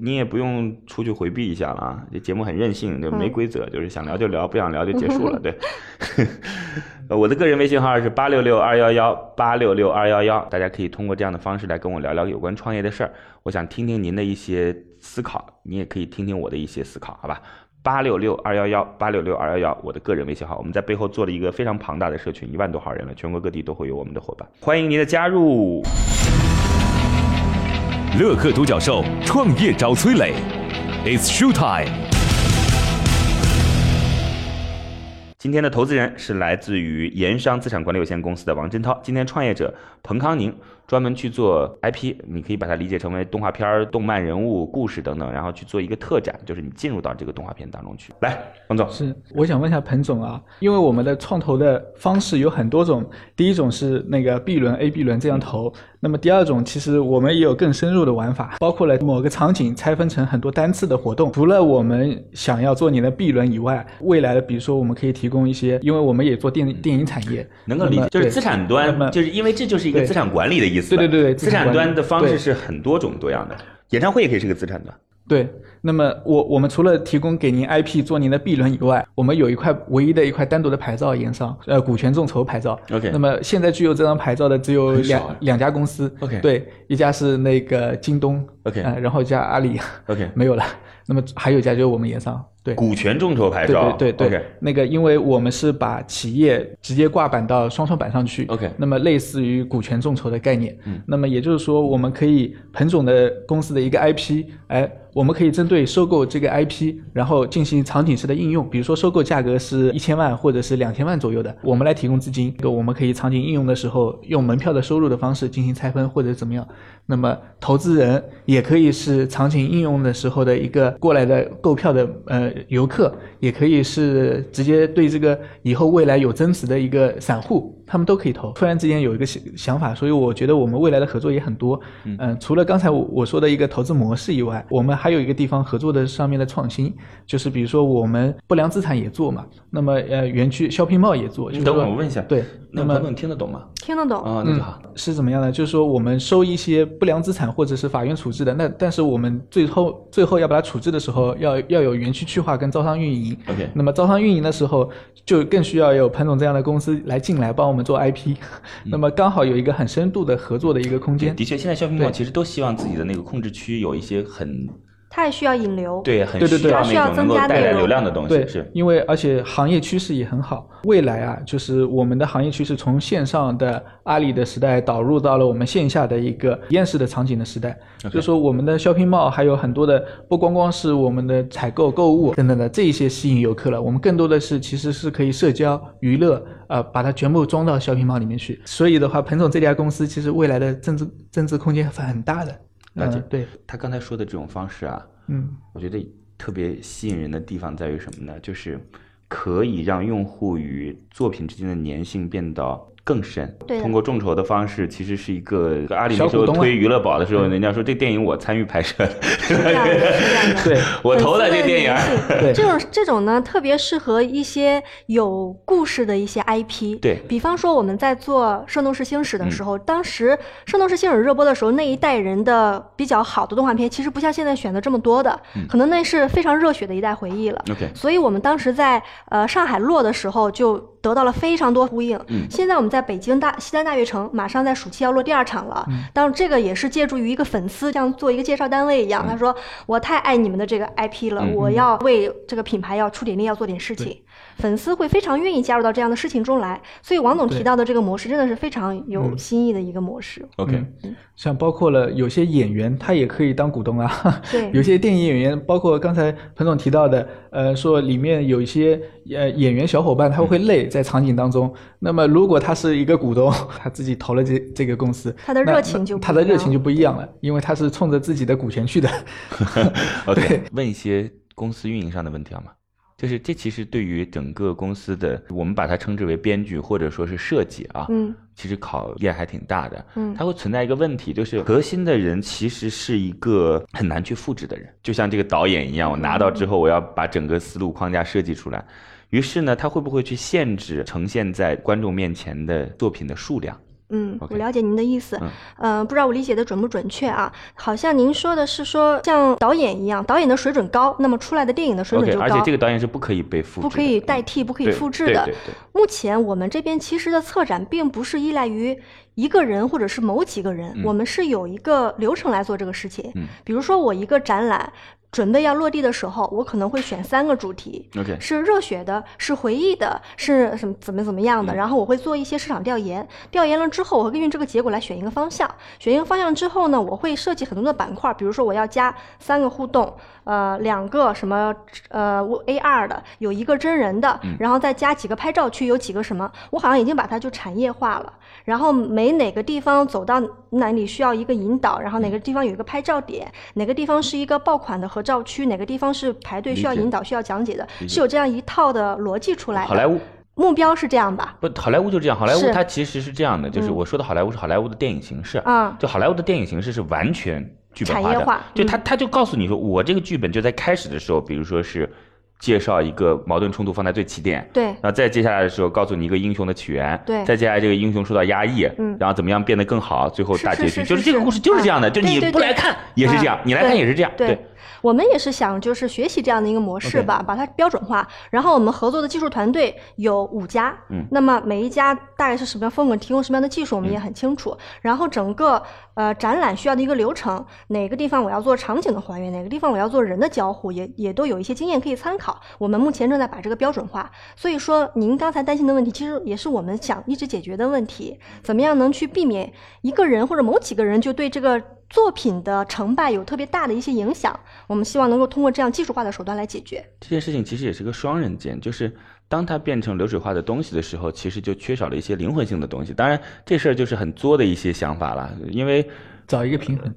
[SPEAKER 1] 你也不用出去回避一下了啊！这节目很任性，就
[SPEAKER 4] 嗯
[SPEAKER 1] 没规则，就是想聊就聊，不想聊就结束了。
[SPEAKER 4] (laughs)
[SPEAKER 1] 对， (laughs) 呃我的个人微信号是八六六二幺幺八六六二幺幺，大家可以通过这样的方式来跟我聊聊有关创业的事儿。我想听听您的一些思考，你也可以听听我的一些思考，好吧？八六六二幺幺八六六二幺幺，我的个人微信号，我们在背后做了一个非常庞大的社群，一万多号人了，全国各地都会有我们的伙伴，欢迎您的加入。
[SPEAKER 5] 乐客独角兽创业找崔磊，It's show time。
[SPEAKER 1] 今天的投资人是来自于盐商资产管理有限公司的王真涛。今天创业者彭康宁专门去做 IP，你可以把它理解成为动画片儿、动漫人物、故事等等，然后去做一个特展，就是你进入到这个动画片当中去。来，王总，
[SPEAKER 2] 是，我想问一下彭总啊，因为我们的创投的方式有很多种，第一种是那个 B 轮、A、B 轮这
[SPEAKER 1] 嗯
[SPEAKER 2] 样投，那么第二种其实我们也有更深入的玩法，包括了某个场景拆分成很多单次的活动。除了我们想要做你的 B 轮以外，未来的比如说我们可以提供一些，因为我们也做电电影产业，
[SPEAKER 1] 嗯能够理解，
[SPEAKER 2] 那么
[SPEAKER 1] 就是
[SPEAKER 2] 对
[SPEAKER 1] 资产
[SPEAKER 2] 那么
[SPEAKER 1] 端，就是因为这就是一个
[SPEAKER 2] 对
[SPEAKER 1] 资产管理的意思吧。
[SPEAKER 2] 对对对对
[SPEAKER 1] 资产
[SPEAKER 2] 资产管
[SPEAKER 1] 端
[SPEAKER 2] 理
[SPEAKER 1] 的方式
[SPEAKER 2] 对
[SPEAKER 1] 是很多种多样的，演唱会也可以是个资产端。
[SPEAKER 2] 对，那么我我们除了提供给您 IP 做您的 B 轮以外，我们有一块唯一的一块单独的牌照，盐商呃股权众筹牌照。
[SPEAKER 1] OK
[SPEAKER 2] 那么现在具有这张牌照的只有
[SPEAKER 1] 很少
[SPEAKER 2] 两
[SPEAKER 1] 啊
[SPEAKER 2] 两家公司。
[SPEAKER 1] OK
[SPEAKER 2] 对，一家是那个京东。
[SPEAKER 1] OK
[SPEAKER 2] 呃然后一家阿里 (laughs)
[SPEAKER 1] OK，
[SPEAKER 2] 没有了。那么还有一家就是我们盐商。对。
[SPEAKER 1] 股权众筹牌
[SPEAKER 2] 对
[SPEAKER 1] 照。
[SPEAKER 2] 对对对
[SPEAKER 1] OK，
[SPEAKER 2] 那个，因为我们是把企业直接挂板到双创板上去
[SPEAKER 1] OK
[SPEAKER 2] 那么类似于股权众筹的概念，嗯，那么也就是说，我们可以彭总的公司的一个 IP，哎，我们可以针对收购这个 IP，然后进行场景式的应用，比如说收购价格是一千万或者是两千万左右的，我们来提供资金，这个我们可以场景应用的时候用门票的收入的方式进行拆分或者怎么样，那么投资人也可以是场景应用的时候的一个过来的购票的呃游客，也可以是直接对这个以后未来有增值的一个散户，他们都可以投。突然之间有一个想想法，所以我觉得我们未来的合作也很多。嗯、除了刚才我我说的一个投资模式以外，我们还有一个地方合作的上面的创新，就是比如说我们不良资产也做嘛，那么呃园区 shopping mall 也做。就是
[SPEAKER 1] 等会
[SPEAKER 2] 说
[SPEAKER 1] 儿我问一下，
[SPEAKER 2] 对，
[SPEAKER 1] 那
[SPEAKER 2] 那么
[SPEAKER 1] 彭总听得懂吗？
[SPEAKER 4] 听得懂。
[SPEAKER 1] 啊，那就好。
[SPEAKER 2] 是怎么样呢？就是说我们收一些不良资产或者是法院处置的，那但是我们最后最后要把它处置的时候，要要有园区区划跟招商运营。
[SPEAKER 1] OK
[SPEAKER 2] 那么招商运营的时候，就更需要有彭总这样的公司来进来帮我们做 IP，、那么刚好有一个很深度的合作的一个空
[SPEAKER 1] 对，
[SPEAKER 2] 间。
[SPEAKER 1] 的确，现在消费 mall
[SPEAKER 2] 对
[SPEAKER 1] 其实都希望自己的那个控制区有一些很
[SPEAKER 4] 它也需要引流。
[SPEAKER 1] 对，很
[SPEAKER 2] 对对
[SPEAKER 1] 需
[SPEAKER 2] 对
[SPEAKER 1] 要
[SPEAKER 4] 需要
[SPEAKER 1] 那种
[SPEAKER 4] 增
[SPEAKER 1] 能够
[SPEAKER 4] 加
[SPEAKER 1] 带
[SPEAKER 4] 内
[SPEAKER 1] 来
[SPEAKER 4] 容
[SPEAKER 1] 流量的东西，
[SPEAKER 2] 对，
[SPEAKER 1] 是
[SPEAKER 2] 因为而且行业趋势也很好，未来啊，就是我们的行业趋势从线上的阿里的时代导入到了我们线下的一个体验式的场景的时代。就是说，我们的 shopping mall 还有很多的，不光光是我们的采购、购物等等的这一些吸引游客了，我们更多的是其实是可以社交、娱乐，呃，把它全部装到 shopping mall 里面去。所以的话，彭总这家公司其实未来的增值增值空间很大的。
[SPEAKER 1] 了解
[SPEAKER 2] 嗯对，
[SPEAKER 1] 他刚才说的这种方式啊，
[SPEAKER 2] 嗯，
[SPEAKER 1] 我觉得特别吸引人的地方在于什么呢？就是可以让用户与作品之间的粘性变到更深。
[SPEAKER 4] 对的
[SPEAKER 1] 通过众筹的方式，其实是一个阿里那
[SPEAKER 2] 小
[SPEAKER 1] 时
[SPEAKER 2] 股
[SPEAKER 1] 候
[SPEAKER 2] 东啊
[SPEAKER 1] 推娱乐宝的时候，人家说这电影我参与拍摄，
[SPEAKER 4] 是这样的，是这样的。
[SPEAKER 2] 对，
[SPEAKER 1] (laughs) 我投了这电影儿。
[SPEAKER 2] 对
[SPEAKER 4] 影这种这种呢，特别适合一些有故事的一些 IP。
[SPEAKER 1] 对嗯
[SPEAKER 4] 比方说我们在做《圣斗士星矢》的时候，当时《圣斗士星矢》热播的时候，那一代人的比较好的动画片，其实不像现在选的这么多的，
[SPEAKER 1] 嗯
[SPEAKER 4] 可能那是非常热血的一代回忆了。
[SPEAKER 1] OK，
[SPEAKER 4] 所以我们当时在呃上海落的时候，就得到了非常多呼应。
[SPEAKER 1] 嗯
[SPEAKER 4] 现在我们在北京大西单大悦城，马上在暑期要落第二场了。
[SPEAKER 1] 嗯
[SPEAKER 4] 当然，这个也是借助于一个粉丝，像做一个介绍单位一样，他说：“我太爱你们的这个 IP 了，
[SPEAKER 1] 嗯
[SPEAKER 4] 我要为这个品牌要出点力，要做点事情。”粉丝会非常愿意加入到这样的事情中来。所以王总
[SPEAKER 2] 对
[SPEAKER 4] 提到的这个模式，真的是非常
[SPEAKER 1] 嗯
[SPEAKER 4] 有新意的一个模式。
[SPEAKER 1] OK，、
[SPEAKER 2] 嗯像包括了有些演员，他也可以当股东啊。
[SPEAKER 4] 对
[SPEAKER 2] (laughs) 有些电影演员，包括刚才彭总提到的，呃，说里面有一些呃演员小伙伴他会
[SPEAKER 4] 嗯
[SPEAKER 2] 累在场景当中。那么如果他是一个股东，他自己投了这这个公司，
[SPEAKER 4] 他的
[SPEAKER 2] 那
[SPEAKER 4] 热情就
[SPEAKER 2] 那
[SPEAKER 4] 不
[SPEAKER 2] 他的
[SPEAKER 4] 一样
[SPEAKER 2] 热情就不一样了，因为他是冲着自己的股权去的。 (laughs)
[SPEAKER 1] OK，问一些公司运营上的问题好吗？就是这其实对于整个公司的，我们把它称之为编剧或者说是设计啊，
[SPEAKER 4] 嗯，
[SPEAKER 1] 其实考验还挺大的。
[SPEAKER 4] 嗯
[SPEAKER 1] 它会存在一个问题，就是核心的人其实是一个很难去复制的人，就像这个导演一样，我拿到之后，我要把整个思路框架设计出来。于是呢，他会不会去限制呈现在观众面前的作品的数量？
[SPEAKER 4] 嗯，
[SPEAKER 1] OK
[SPEAKER 4] 我了解您的意思。
[SPEAKER 1] 嗯
[SPEAKER 4] 呃，不知道我理解的准不准确啊？好像您说的是说像导演一样，导演的水准高，那么出来的电影的水
[SPEAKER 1] OK，
[SPEAKER 4] 准就高。
[SPEAKER 1] 而且这个导演是不可以被复制的，嗯
[SPEAKER 4] 不可以代替、不可以
[SPEAKER 1] 对
[SPEAKER 4] 复制的
[SPEAKER 1] 对。对
[SPEAKER 4] 目前我们这边其实的策展并不是依赖于一个人或者是某几个人，
[SPEAKER 1] 嗯
[SPEAKER 4] 我们是有一个流程来做这个事情。
[SPEAKER 1] 嗯
[SPEAKER 4] 比如说我一个展览。准备要落地的时候，我可能会选三个主题，
[SPEAKER 1] 对，OK，
[SPEAKER 4] 是热血的，是回忆的，是什么怎么怎么样
[SPEAKER 1] 嗯
[SPEAKER 4] 的。然后我会做一些市场调研，调研了之后，我会根据这个结果来选一个方向。选一个方向之后呢，我会设计很多的板块，比如说我要加三个互动，呃，两个什么呃我 AR 的，有一个真人的，
[SPEAKER 1] 嗯
[SPEAKER 4] 然后再加几个拍照区，有几个什么，我好像已经把它就产业化了。然后每哪个地方走到哪里需要一个引导，然后
[SPEAKER 1] 嗯
[SPEAKER 4] 哪个地方有一个拍照点，哪个地方是一个爆款的合照区，哪个地方是排队需要
[SPEAKER 1] 理解
[SPEAKER 4] 引导、需要讲解的，
[SPEAKER 1] 理解
[SPEAKER 4] 是有这样一套的逻辑出来的。
[SPEAKER 1] 嗯好莱坞。
[SPEAKER 4] 目标是这样吧？
[SPEAKER 1] 不，好莱坞就这样。好莱坞
[SPEAKER 4] 是
[SPEAKER 1] 它其实是这样的，就是
[SPEAKER 4] 嗯
[SPEAKER 1] 我说的好莱坞是好莱坞的电影形式，
[SPEAKER 4] 嗯
[SPEAKER 1] 就好莱坞的电影形式是完全剧本
[SPEAKER 4] 产
[SPEAKER 1] 化
[SPEAKER 4] 业
[SPEAKER 1] 的，
[SPEAKER 4] 化
[SPEAKER 1] 就
[SPEAKER 4] 嗯
[SPEAKER 1] 他他就告诉你说，我这个剧本就在开始的时候，比如说是介绍一个矛盾冲突放在最起点。
[SPEAKER 4] 对
[SPEAKER 1] 然后再接下来的时候，告诉你一个英雄的起源，
[SPEAKER 4] 对
[SPEAKER 1] 再接下来这个英雄受到压抑，
[SPEAKER 4] 嗯
[SPEAKER 1] 然后怎么样变得更好，最后
[SPEAKER 4] 是
[SPEAKER 1] 大
[SPEAKER 4] 是
[SPEAKER 1] 结
[SPEAKER 4] 是
[SPEAKER 1] 局，
[SPEAKER 4] 是
[SPEAKER 1] 就是这个
[SPEAKER 4] 是
[SPEAKER 1] 故事就是这样的，
[SPEAKER 4] 啊
[SPEAKER 1] 就你
[SPEAKER 4] 对对
[SPEAKER 1] 不
[SPEAKER 4] 对
[SPEAKER 1] 来看也是这样
[SPEAKER 4] 啊，
[SPEAKER 1] 你来看
[SPEAKER 4] 对
[SPEAKER 1] 也是这样，对，
[SPEAKER 4] 我们也是想就是学习这样的一个模式吧把它标准化。然后我们合作的技术团队有五家，
[SPEAKER 1] 嗯
[SPEAKER 4] 那么每一家大概是什么样风格，提供什么样的技术，我们也很清楚。然后整个呃展览需要的一个流程，哪个地方我要做场景的还原，哪个地方我要做人的交互，也也都有一些经验可以参考。我们目前正在把这个标准化。所以说，您刚才担心的问题，其实也是我们想一直解决的问题。怎么样能去避免一个人或者某几个人就对这个作品的成败有特别大的一些影响？我们希望能够通过这样技术化的手段来解决。
[SPEAKER 1] 这件事情其实也是个双刃剑，就是当它变成流水化的东西的时候，其实就缺少了一些灵魂性的东西。当然，这事儿就是很作的一些想法了，因为
[SPEAKER 2] 找一个平衡，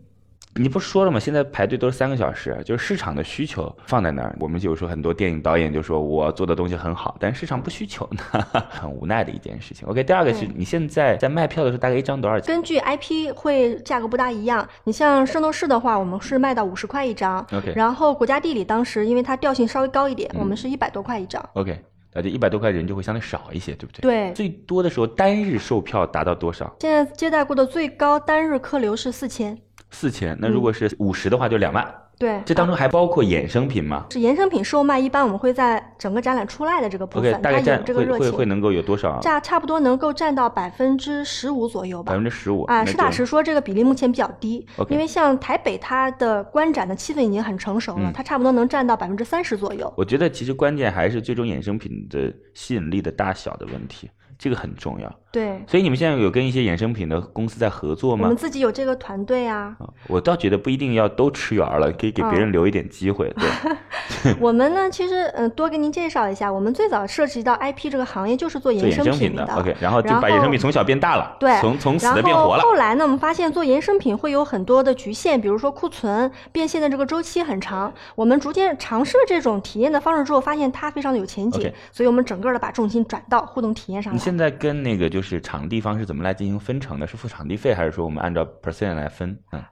[SPEAKER 1] 你不是说了吗？现在排队都是三个小时，就是市场的需求放在那儿。我们有时候很多电影导演就说我做的东西很好，但市场不需求呢， (laughs) 很无奈的一件事情。OK，第二个是
[SPEAKER 4] 对
[SPEAKER 1] 你现在在卖票的时候，大概一张多少钱？
[SPEAKER 4] 根据 IP 会价格不大一样，你像圣斗士的话，我们是卖到五十块一张
[SPEAKER 1] OK
[SPEAKER 4] 然后国家地理当时因为它调性稍微高一点，
[SPEAKER 1] 嗯
[SPEAKER 4] 我们是一百多块一张。
[SPEAKER 1] OK，那就一百多块人就会相对少一些，对不对？
[SPEAKER 4] 对
[SPEAKER 1] 最多的时候单日售票达到多少？
[SPEAKER 4] 现在接待过的最高单日客流是四千，嗯
[SPEAKER 1] 四千。那如果是五十的话，就两万。
[SPEAKER 4] 对，
[SPEAKER 1] 这当中还包括衍生品吗
[SPEAKER 4] 是衍生品售卖，一般我们会在整个展览出来的这个部
[SPEAKER 1] ？OK，
[SPEAKER 4] 分，
[SPEAKER 1] 大概
[SPEAKER 4] 它
[SPEAKER 1] 占
[SPEAKER 4] 有这个
[SPEAKER 1] 会
[SPEAKER 4] 热
[SPEAKER 1] 会会
[SPEAKER 4] 情，
[SPEAKER 1] 能够有多少？啊
[SPEAKER 4] 差差不多能够占到百分之十五左右吧
[SPEAKER 1] 百。分之十五
[SPEAKER 4] 啊，实打实说，这个比例目前比较低
[SPEAKER 1] OK
[SPEAKER 4] 因为像台北，它的观展的气氛已经很成熟了，
[SPEAKER 1] 嗯
[SPEAKER 4] 它差不多能占到百分之三十左右。
[SPEAKER 1] 我觉得其实关键还是最终衍生品的吸引力的大小的问题，这个很重要。
[SPEAKER 4] 对，
[SPEAKER 1] 所以你们现在有跟一些衍生品的公司在合作
[SPEAKER 4] 我
[SPEAKER 1] 吗
[SPEAKER 4] 们？自己有这个团队啊，
[SPEAKER 1] 啊我倒觉得不一定要都吃圆儿了，可以给别
[SPEAKER 4] 嗯
[SPEAKER 1] 人留一点机会。
[SPEAKER 4] (laughs)
[SPEAKER 1] 对，
[SPEAKER 4] 我们呢，其实嗯、呃多给您介绍一下，我们最早涉及到 IP 这个行业就是做
[SPEAKER 1] 做
[SPEAKER 4] 衍
[SPEAKER 1] 衍
[SPEAKER 4] 生
[SPEAKER 1] 生
[SPEAKER 4] 品
[SPEAKER 1] 品的 OK，然后就
[SPEAKER 4] 然
[SPEAKER 1] 把衍生
[SPEAKER 4] 后
[SPEAKER 1] 品从小变大了，
[SPEAKER 4] 对，
[SPEAKER 1] 从从死
[SPEAKER 4] 然
[SPEAKER 1] 的变
[SPEAKER 4] 后
[SPEAKER 1] 活了。
[SPEAKER 4] 后来呢，我们发现做衍生品会有很多的局限，比如说库存变现的这个周期很长。我们逐渐尝试了这种体验的方式之后，发现它非常的有前景
[SPEAKER 1] OK
[SPEAKER 4] 所以我们整个的把重心转到互动体验上
[SPEAKER 1] 你
[SPEAKER 4] 来。
[SPEAKER 1] 现在跟那个就是场地方是怎么来进行分成的？是付场地费，还是说我们按照 percent 来分？嗯，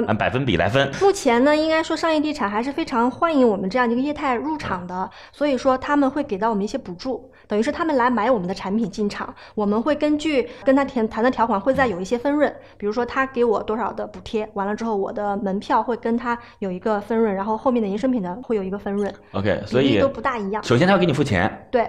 [SPEAKER 4] 呃，
[SPEAKER 1] 按百分比来分。
[SPEAKER 4] 目前呢，应该说商业地产还是非常欢迎我们这样的一个业态入场的，所以说他们会给到我们一些补助，等于是他们来买我们的产品进场，我们会根据跟他谈谈的条款会再有一些分润，比如说他给我多少的补贴，完了之后我的门票会跟他有一个分润，然后后面的衍生品呢会有一个分润，
[SPEAKER 1] OK，所呃
[SPEAKER 4] 比例
[SPEAKER 1] 以
[SPEAKER 4] 都不大一样。
[SPEAKER 1] 首先他要给你付钱，
[SPEAKER 4] 对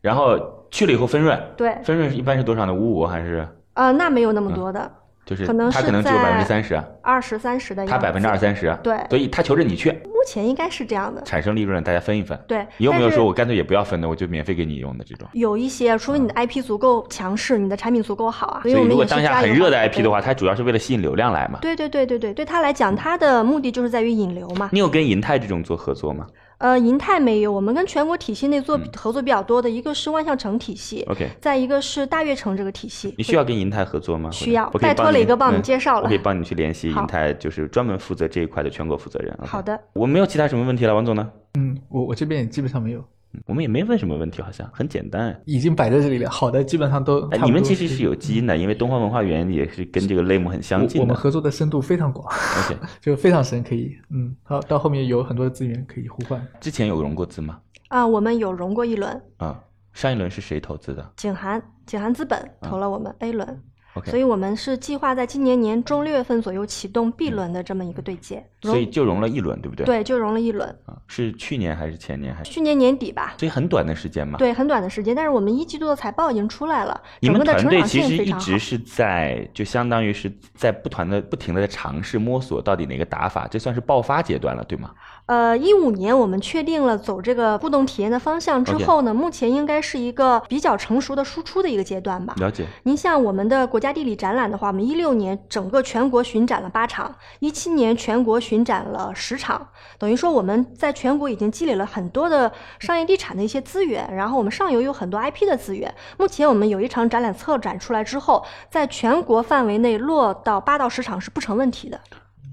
[SPEAKER 1] 然后去了以后分润，
[SPEAKER 4] 对，
[SPEAKER 1] 分润一般是多少呢？五五还是
[SPEAKER 4] 呃，那没有
[SPEAKER 1] 嗯
[SPEAKER 4] 那么多的，
[SPEAKER 1] 就是
[SPEAKER 4] 可能
[SPEAKER 1] 他
[SPEAKER 4] 是
[SPEAKER 1] 可能只有
[SPEAKER 4] 在
[SPEAKER 1] 百分之三十，啊
[SPEAKER 4] 二十三十的样子。
[SPEAKER 1] 他百分之二，三十，啊
[SPEAKER 4] 对
[SPEAKER 1] 所以他求着你去，
[SPEAKER 4] 目前应该是这样的。
[SPEAKER 1] 产生利润大家分一分。
[SPEAKER 4] 对，
[SPEAKER 1] 有没有
[SPEAKER 4] 但是
[SPEAKER 1] 说我干脆也不要分的，我就免费给你用的这种？
[SPEAKER 4] 有一些，除非你的 IP 足够强势，你的产品足够好啊。
[SPEAKER 1] 所
[SPEAKER 4] 我
[SPEAKER 1] 以
[SPEAKER 4] 们
[SPEAKER 1] 如果
[SPEAKER 4] 也是
[SPEAKER 1] 当下
[SPEAKER 4] 抓
[SPEAKER 1] 很
[SPEAKER 4] 一个
[SPEAKER 1] 热的
[SPEAKER 4] 好
[SPEAKER 1] IP 的话，它主要是为了吸引流量来嘛。
[SPEAKER 4] 对对对对对，对他来讲，他的目的就是在于引流嘛。
[SPEAKER 1] 你有跟银泰这种做合作吗
[SPEAKER 4] 呃，银泰没有，我们跟全国体系内做合作比较多的，一个是万象城体系，
[SPEAKER 1] ？OK，
[SPEAKER 4] 再一个是大悦城这个体系。
[SPEAKER 1] 你需要跟银泰合作吗？
[SPEAKER 4] 需要
[SPEAKER 1] 我可以
[SPEAKER 4] 拜托
[SPEAKER 1] 帮你
[SPEAKER 4] 磊哥帮我们
[SPEAKER 1] 嗯
[SPEAKER 4] 介绍了
[SPEAKER 1] 我可以帮你去联系
[SPEAKER 4] 好
[SPEAKER 1] 银泰，就是专门负责这一块的全国负责人。
[SPEAKER 4] 好，的，
[SPEAKER 1] 我没有其他什么问题了，王总呢？嗯
[SPEAKER 2] 嗯，我我这边也基本上没有，
[SPEAKER 1] 我们也没问什么问题，好像很简单。
[SPEAKER 2] 已经摆在这里了。好的，基本上都差不
[SPEAKER 1] 哎，
[SPEAKER 2] 多。
[SPEAKER 1] 你们其实是有基因的，因为东方文化园也是跟这个类目很相
[SPEAKER 2] 我
[SPEAKER 1] 近
[SPEAKER 2] 我
[SPEAKER 1] 的
[SPEAKER 2] 们。合作的深度非常广， (laughs)
[SPEAKER 1] OK，
[SPEAKER 2] 就非常深，可以，嗯，到到后面有很多的资源可以互换。
[SPEAKER 1] 之前有融过资吗？
[SPEAKER 4] 啊、我们有融过一轮，
[SPEAKER 1] 啊，上一轮是谁投资的
[SPEAKER 4] 景涵景涵资本投了我们 A 轮，
[SPEAKER 1] ？OK，
[SPEAKER 4] 所以我们是计划在今年年中六月份左右启动 B 轮的这么一个对接，融
[SPEAKER 1] 所以就融了一轮，对不对？。
[SPEAKER 4] 对就融了一轮，
[SPEAKER 1] 啊，是去年还是前年还是？
[SPEAKER 4] 去年年底吧。
[SPEAKER 1] 所以很短的时间嘛。。
[SPEAKER 4] 对，很短的时间，但是我们一季度的财报已经出来了，
[SPEAKER 1] 啊你们
[SPEAKER 4] 整个的
[SPEAKER 1] 团
[SPEAKER 4] 成
[SPEAKER 1] 队
[SPEAKER 4] 长
[SPEAKER 1] 其
[SPEAKER 4] 性
[SPEAKER 1] 实
[SPEAKER 4] 非
[SPEAKER 1] 一
[SPEAKER 4] 常好
[SPEAKER 1] 直。是在，就相当于是在不团的不停的在尝试摸索到底哪个打法，这算是爆发阶段了，对吗？
[SPEAKER 4] 呃，一五年我们确定了走这个互动体验的方向之
[SPEAKER 1] OK
[SPEAKER 4] 后呢目前应该是一个比较成熟的输出的一个阶段吧。
[SPEAKER 1] 了解。
[SPEAKER 4] 您像我们的国家地理展览的话，我们一六年整个全国巡展了八场，一七年全国巡展了十场，等于说我们在全国已经积累了很多的商业地产的一些资源，然后我们上游有很多 IP 的资源。目前我们有一场展览策展出来之后，在全国范围内落到八到十场是不成问题的。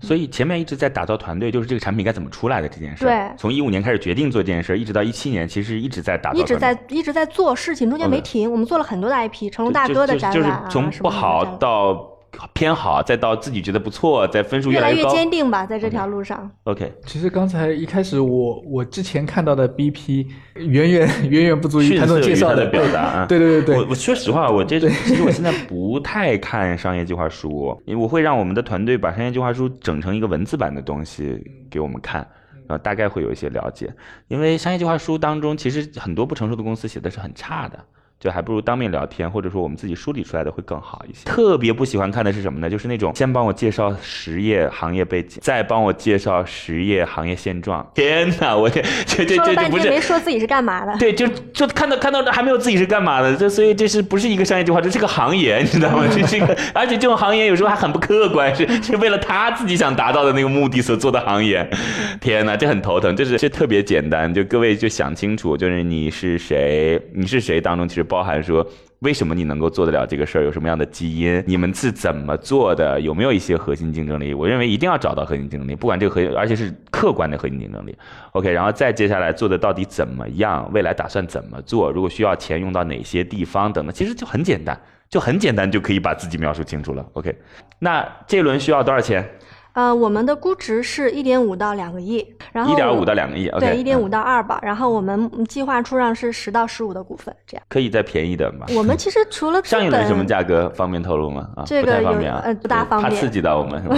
[SPEAKER 1] 所以前面一直在打造团队，就是这个产品该怎么出来的这件事儿。
[SPEAKER 4] 对
[SPEAKER 1] 从一五年开始决定做这件事儿，一直到一七年，其实一直在打造。
[SPEAKER 4] 一直在一直在做事情，中间没
[SPEAKER 1] OK
[SPEAKER 4] 停。我们做了很多的 IP，成
[SPEAKER 1] 就
[SPEAKER 4] 龙大哥的
[SPEAKER 1] 就
[SPEAKER 4] 展
[SPEAKER 1] 就是
[SPEAKER 4] 览啊，
[SPEAKER 1] 从
[SPEAKER 4] 什
[SPEAKER 1] 不
[SPEAKER 4] 么什么
[SPEAKER 1] 好
[SPEAKER 4] 展览
[SPEAKER 1] 到偏好，再到自己觉得不错，再分数
[SPEAKER 4] 越
[SPEAKER 1] 来
[SPEAKER 4] 来越
[SPEAKER 1] 高。
[SPEAKER 4] 坚定吧，在这条路上。
[SPEAKER 1] OK，
[SPEAKER 2] 其实刚才一开始我我之前看到的 BP 远 (laughs) 远远远不足于
[SPEAKER 1] 逊
[SPEAKER 2] 谭
[SPEAKER 1] 色
[SPEAKER 2] 总介
[SPEAKER 1] 于
[SPEAKER 2] 绍
[SPEAKER 1] 他的表达啊。
[SPEAKER 2] (laughs) 对对对对
[SPEAKER 1] 我我说实话，我这其实我现在不太看商业计划书，因为我会让我们的团队把商业计划书整成一个文字版的东西给我们看。然后大概会有一些了解，因为商业计划书当中其实很多不成熟的公司写的是很差的，就还不如当面聊天，或者说我们自己梳理出来的会更好一些。特别不喜欢看的是什么呢？就是那种先帮我介绍实业行业背景，再帮我介绍实业行业现状。天哪，我这这这
[SPEAKER 4] 说
[SPEAKER 1] 这
[SPEAKER 4] 了
[SPEAKER 1] 就
[SPEAKER 4] 半
[SPEAKER 1] 不
[SPEAKER 4] 天
[SPEAKER 1] 是
[SPEAKER 4] 没说自己是干
[SPEAKER 1] (laughs)
[SPEAKER 4] 嘛的。
[SPEAKER 1] 对，就就看到看到还没有自己是干嘛的，这所以这是不是一个商业计划？这是个行业，你知道吗？ (laughs) 这是一个，而且这种行业有时候还很不客观，是是为了他自己想达到的那个目的所做的行业。天哪，这很头疼，这是这特别简单，就各位就想清楚，就是你是谁，你是谁当中其实包含说。为什么你能够做得了这个事儿？有什么样的基因？你们是怎么做的？有没有一些核心竞争力？我认为一定要找到核心竞争力，不管这个核心，而且是客观的核心竞争力。OK，然后再接下来做的到底怎么样？未来打算怎么做？如果需要钱用到哪些地方等等，其实就很简单，就很简单就可以把自己描述清楚了。OK，那这轮需要多少钱？
[SPEAKER 4] 呃，我们的估值是一点五到两个亿，然后
[SPEAKER 1] 一点五到两个亿，
[SPEAKER 4] 对一点五
[SPEAKER 1] 嗯
[SPEAKER 4] 到二吧，然后我们计划出让是十到十五的股份这样。
[SPEAKER 1] 可以再便宜点吗？
[SPEAKER 4] 我们其实除了
[SPEAKER 1] 上一
[SPEAKER 4] 资
[SPEAKER 1] 轮
[SPEAKER 4] 本
[SPEAKER 1] 什么价格方便透露吗？啊，
[SPEAKER 4] 这
[SPEAKER 1] 不太
[SPEAKER 4] 个
[SPEAKER 1] 方
[SPEAKER 4] 有
[SPEAKER 1] 便啊，
[SPEAKER 4] 呃不大方
[SPEAKER 1] 怕
[SPEAKER 4] 便
[SPEAKER 1] 刺激到我们是
[SPEAKER 4] (laughs)
[SPEAKER 1] 吧？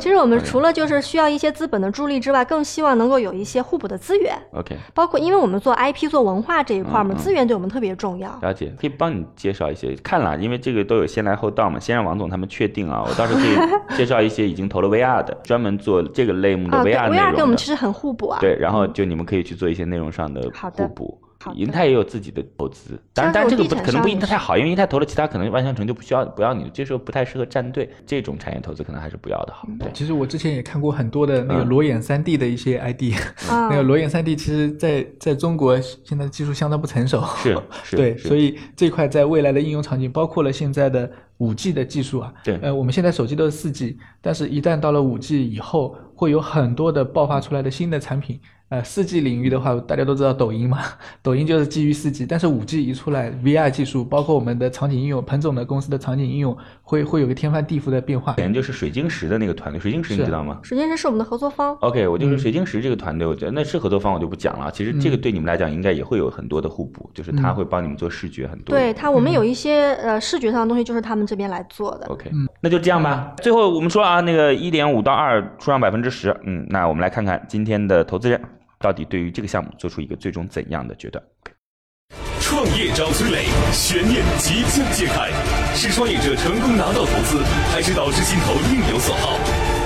[SPEAKER 4] 其实我们除了就是需要一些资本的助力之外，更希望能够有一些互补的资源，
[SPEAKER 1] OK，
[SPEAKER 4] 包括因为我们做 IP 做文化这一块儿嘛，
[SPEAKER 1] 嗯嗯
[SPEAKER 4] 资源对我们特别重要。
[SPEAKER 1] 了解，可以帮你介绍一些。看了，因为这个都有先来后到嘛，先让王总他们确定啊。我到时候可以介绍一些已经投了 VR 的，专门做这个类目的
[SPEAKER 4] 啊，对
[SPEAKER 1] VR 内
[SPEAKER 4] ，VR
[SPEAKER 1] 容
[SPEAKER 4] 跟我
[SPEAKER 1] 的
[SPEAKER 4] 们其。实很互补啊。
[SPEAKER 1] 对，然后就你们可以去做一些内容上的
[SPEAKER 4] 好
[SPEAKER 1] 互
[SPEAKER 4] 的
[SPEAKER 1] 补。
[SPEAKER 4] 好的
[SPEAKER 1] 银泰也有自己的投资，当然，
[SPEAKER 4] 像
[SPEAKER 1] 但这
[SPEAKER 4] 是
[SPEAKER 1] 个
[SPEAKER 4] 我
[SPEAKER 1] 不
[SPEAKER 4] 地产
[SPEAKER 1] 可能不
[SPEAKER 4] 商
[SPEAKER 1] 银泰
[SPEAKER 4] 也
[SPEAKER 1] 太好，因为银泰投了其他，可能万象城就不需要不要你了，这时候不太适合站队，这种产业投资可能还是不要的好。
[SPEAKER 4] 嗯
[SPEAKER 1] 对，
[SPEAKER 2] 其实我之前也看过很多的那个
[SPEAKER 1] 嗯
[SPEAKER 2] 裸眼三 D 的一些 ID，、
[SPEAKER 4] 啊，
[SPEAKER 2] 那个裸眼三 D 其实在在中国现在技术相当不成熟，
[SPEAKER 4] (laughs)
[SPEAKER 1] 是是，
[SPEAKER 2] 对，
[SPEAKER 1] 是
[SPEAKER 2] 所以这块在未来的应用场景，包括了现在的五 G 的技术啊，
[SPEAKER 1] 对
[SPEAKER 2] 呃，我们现在手机都是四 G，但是一旦到了五 G 以后，会有很多的爆发出来的新的产品。呃，四 G 领域的话，大家都知道抖音嘛， (laughs) 抖音就是基于四 G，但是五 G 一出来，VR 技术，包括我们的场景应用，彭总的公司的场景应用，会会有个天翻地覆的变化
[SPEAKER 1] 以。前就是水晶石的那个团队，水晶石你
[SPEAKER 2] 是
[SPEAKER 1] 知道吗？
[SPEAKER 4] 水晶石是我们的合作方。
[SPEAKER 1] OK，我就是
[SPEAKER 2] 嗯
[SPEAKER 1] 水晶石这个团队，我觉得那是合作方，我就不讲了。其实
[SPEAKER 4] 嗯
[SPEAKER 1] 这个对你们来讲应该也会有很多的互补，就是他
[SPEAKER 2] 嗯
[SPEAKER 1] 会帮你们做视觉很多。
[SPEAKER 4] 对它，我
[SPEAKER 1] 嗯
[SPEAKER 4] 们有一些呃视觉上的东西，就是他们这边来做的。
[SPEAKER 1] ，OK，那就这样吧。最后我们说啊，那个一点五到二出让百分之十，嗯，那我们来看看今天的投资人到底对于这个项目做出一个最终怎样的决断。
[SPEAKER 5] 创业找崔磊，悬念即将揭开，是创业者成功拿到投资，还是导师心头另有所好？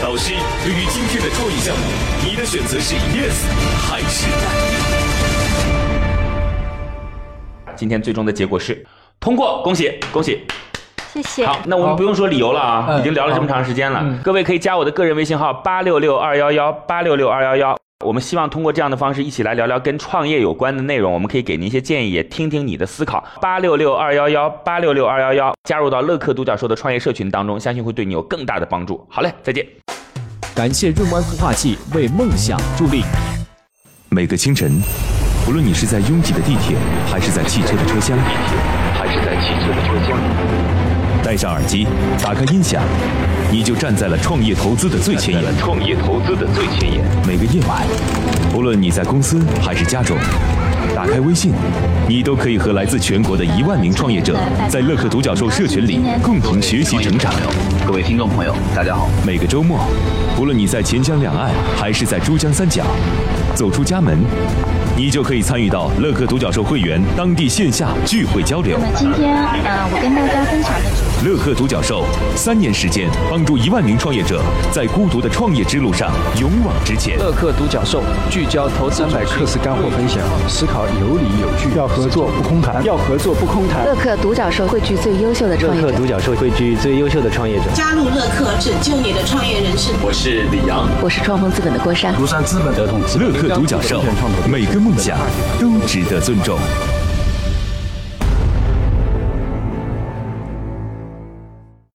[SPEAKER 5] 导师，对于今天的创业项目，你的选择是 yes 还是 no？
[SPEAKER 1] 今天最终的结果是通过，恭喜恭喜！
[SPEAKER 4] 谢谢。
[SPEAKER 1] 好，那我们
[SPEAKER 2] 好
[SPEAKER 1] 不用说理由了啊，
[SPEAKER 2] 嗯
[SPEAKER 1] 已经聊了这么长时间了。
[SPEAKER 2] 嗯
[SPEAKER 1] 各位可以加我的个人微信号八六六二幺幺八六六二幺幺。我们希望通过这样的方式一起来聊聊跟创业有关的内容，我们可以给您一些建议，也听听你的思考。八六六二幺幺八六六二幺幺，加入到乐客独角兽的创业社群当中，相信会对你有更大的帮助。好嘞，再见。
[SPEAKER 6] 感谢润湾孵化器为梦想助力。
[SPEAKER 5] 每个清晨，无论你是在拥挤的地铁，还是在汽车的车厢，还是在汽车的车厢，戴上耳机，打开音响，你就站在了创业投资的最前沿。创业投资的最前沿。每个夜晚，无论你在公司还是家中，打开微信，你都可以和来自全国的一万名创业者，在乐客独角兽社群里共同学习成长。
[SPEAKER 7] 各位听众朋友，大家好。
[SPEAKER 5] 每个周末，无论你在钱江两岸还是在珠江三角，走出家门，你就可以参与到乐客独角兽会员当地线下聚会交流
[SPEAKER 8] 那。么今天呃，我跟大家分享的主题
[SPEAKER 5] 乐客独角兽三年时间，帮助一万名创业者在孤独的创业之路上勇往直前。
[SPEAKER 9] 乐客独角兽聚焦投资三百课时干货分享，思考有理有据，要合作不空谈，要合作不空谈。
[SPEAKER 10] 乐客独角兽汇聚最优秀的创业者。
[SPEAKER 9] 角兽汇聚最优秀的创业者。
[SPEAKER 11] 加入乐客，拯救你的创业人生。
[SPEAKER 5] 我是李阳，
[SPEAKER 10] 我是创丰资本的郭珊。
[SPEAKER 9] 庐山资本得统
[SPEAKER 5] 乐客独角兽，每个梦想都值得尊重。